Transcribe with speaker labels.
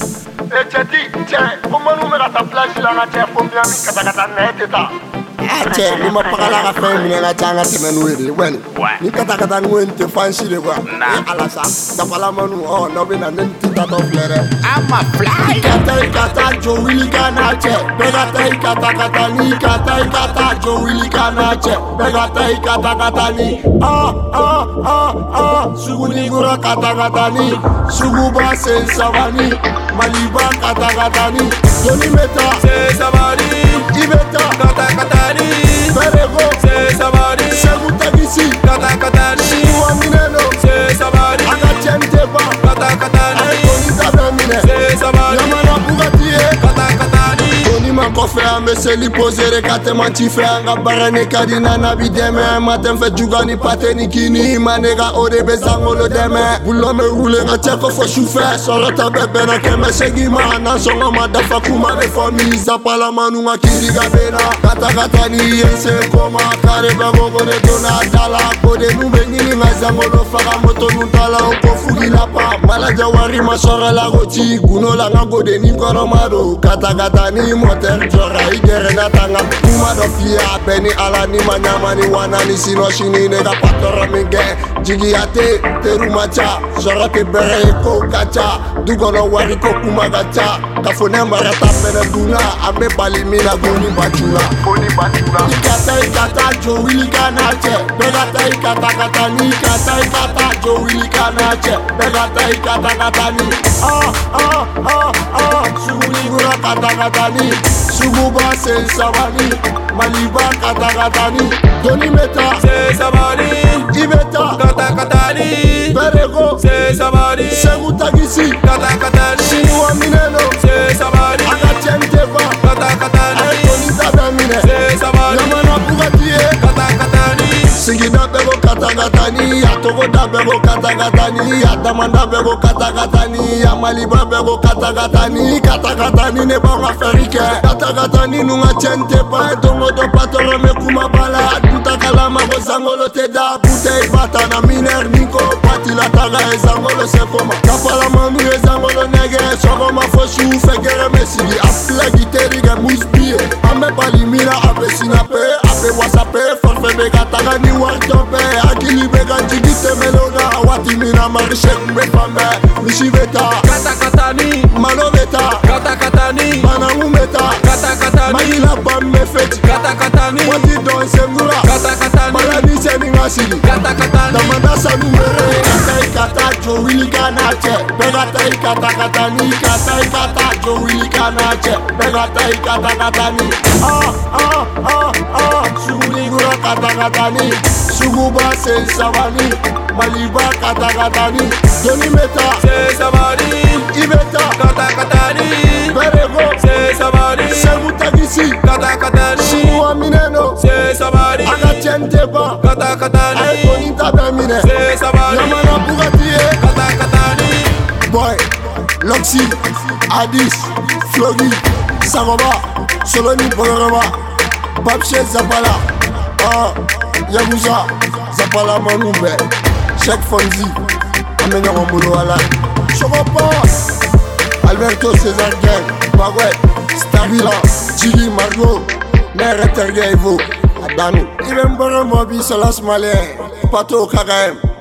Speaker 1: Eh, cɛti cɛ ko manu bɛ ka taa plasi la an ka cɛ ko biyan bi kata ka taa nɛ tɛ taa
Speaker 2: a cɛ ni ma pagala ka fɛn minɛ ka ca an ka tɛmɛ n'u ye de kɔni
Speaker 3: Ouais.
Speaker 2: ni ka taa ka taa ni ko in tɛ fansi de kuwa
Speaker 3: Nah.
Speaker 2: ni ala sa dafalamanu ɔ n'aw bɛ na ne ni titatɔ filɛ dɛ
Speaker 3: I'm a fly.
Speaker 2: ka taa i ka taa jɔ wuli ka n'a cɛ bɛɛ ka taa i ka taa ka taa ni ka taa i ka taa jɔ wuli ka n'a cɛ bɛɛ ka taa i ka taa ka taa ni ah ah ah ah sugunikura ka taa ka taa ni suguba sen saba ni maliba ka taa ka taa ni joli bɛ taa
Speaker 4: C'est Savani,
Speaker 2: i bɛ taa
Speaker 4: Kata Katani,
Speaker 2: fɛrɛko
Speaker 4: c'est Savani,
Speaker 2: segu tɛgisi
Speaker 4: Kata Katani,
Speaker 2: suwaminɛ don
Speaker 4: c'est Savani,
Speaker 2: a ka cɛni tɛ ban
Speaker 4: Kata
Speaker 2: a bɛ
Speaker 4: Katani,
Speaker 2: joli ta bɛ minɛ
Speaker 4: c'est Savani,
Speaker 2: yamana bugati ye.
Speaker 4: Kata Katani,
Speaker 2: Oni ma kɔfɛ an bɛ seli posere ka tɛma ci fɛ an ka baara ne ka di nana bi dɛmɛ ma tɛ n fɛ juga ni pate ni kini i ma ne ka o de bɛ sankolo dɛmɛ bulon bɛ wule ka cɛ kɔfɛ sufɛ sɔrɔta bɛ bɛnna kɛmɛ seegin ma n'an sɔngɔ ma dafa kuma bɛ fɔ min zapalamanu ka kiri ka bɛ na ka taa ka taa ni i ye n sen koma kare bɛ ko ko ne donna a da la ko de n'u bɛ ɲini ka sankolo faga moto nu ta la o ko fugi la pan malajɛ wari ma sɔrɔ la ko ci gundo la n ka ko de ni kɔrɔma don ka taa ka taa ni mɔtɛri jɔra i gɛrɛna ta n ka kuma dɔ f'i ye a bɛɛ ni ala ni ma ɲama ni wana ni sinɔ sini ne ka patɔrɔ min kɛ jigiya tɛ teriw ma ca sɔrɔ tɛ bɛrɛ ye kow ka ca du kɔnɔ wari ko kuma ka ca kafonɛ marata fɛnɛ dunna an bɛ bali min na ko ni bacu la
Speaker 1: ko ni ba t'u la
Speaker 2: i ka taa i ka taa jɔ wuli ka n'a cɛ bɛɛ ka taa i ka taa ka taa ni i ka taa i ka taa jɔ wuli ka n'a cɛ bɛɛ ka taa i ka taa ka taa ni ah ah ah ah sugunikura ka taa ka taa ni suguba sen saba ni maliba ka taa ka taa ni doni bɛ taa
Speaker 4: c'est Savani,
Speaker 2: i bɛ taa
Speaker 4: Kata Katani,
Speaker 2: bɛrɛko
Speaker 4: c'est Savani,
Speaker 2: segu takisi
Speaker 4: Kata Katani,
Speaker 2: siniwaminɛ don
Speaker 4: c'est Savani,
Speaker 2: a ka cɛni tɛ ban
Speaker 4: Kata
Speaker 2: a ye
Speaker 4: Katani,
Speaker 2: doni ta daminɛ
Speaker 4: c'est Savani,
Speaker 2: ɲamana bugati ye
Speaker 4: Kata Katani,
Speaker 2: sigida bɛɛ ko katagatani a togoda bɛɛ ko katagatani a damada bɛɛ ko katagatani a maliba bɛɛ ko katagatani katagatani ne b'an ka fɛri kɛ katagatani nu ka cɛni tɛ ban dongo dɔ patɔrɔn bɛ kuma ba la a dun ta kala ma ko sankolo tɛ da butɛyi ba tana minɛri ni ko patila taga e ye sankolo seko ma kapalamanu ye sankolo nɛgɛ sɔgɔma fo su fɛ gɛrɛ bɛ sigi a filagi teri kɛ musbi ye an bɛ bali min na a bɛ sinape a bɛ wasape fɛnfɛn bɛ ka taga ni wari dɔ bɛɛ hakili bɛ ka jigi tɛmɛlenw na waati min na marise kun bɛ fan bɛɛ misi bɛ taa
Speaker 4: Kata Katani,
Speaker 2: malo bɛ taa
Speaker 4: Kata Katani,
Speaker 2: banakun bɛ taa
Speaker 4: Kata Katani,
Speaker 2: magila ban bɛ feti
Speaker 4: Kata Katani,
Speaker 2: waati dɔn senkura
Speaker 4: Kata Katani,
Speaker 2: malani sɛni ka sigi
Speaker 4: Kata Katani,
Speaker 2: damada sanu wɛrɛ i ka taa i ka taa jɔ wuli ka n'a cɛ bɛɛ ka taa i ka taa ka taa ni i ka taa i ka taa jɔ wuli ka n'a cɛ bɛɛ ka taa i ka taa ka taa ni ah ah ah ah sugunikura ka taa ka taa ni suguba sen saba ni maliba ka taa ka taa ni doni bɛ taa
Speaker 4: c'est Savani,
Speaker 2: i bɛ taa
Speaker 4: Kata Katani,
Speaker 2: bɛrɛko
Speaker 4: c'est Savani,
Speaker 2: segu takisi
Speaker 4: Kata Katani,
Speaker 2: suwaminɛ don
Speaker 4: c'est Savani,
Speaker 2: a ka cɛni tɛ ban a
Speaker 4: Kata
Speaker 2: ye
Speaker 4: Katani,
Speaker 2: doni ta bɛɛ minɛ
Speaker 4: c'est Savani,
Speaker 2: ɲamana bugati ye
Speaker 4: Kata Katani,
Speaker 2: boy loxi adis flogi sagoba soloni bogoroba babshe zapala ah, yagusa zapala manu bɛ shek fonzi an bɛ ɲɔgɔn bolo ala sogopa alberto césar gang bagwe stabila jigi margo ne yɛrɛ terikɛ ivo a danu i bɛ n bɔrɔ mɔbi salas maliyɛn pato kagm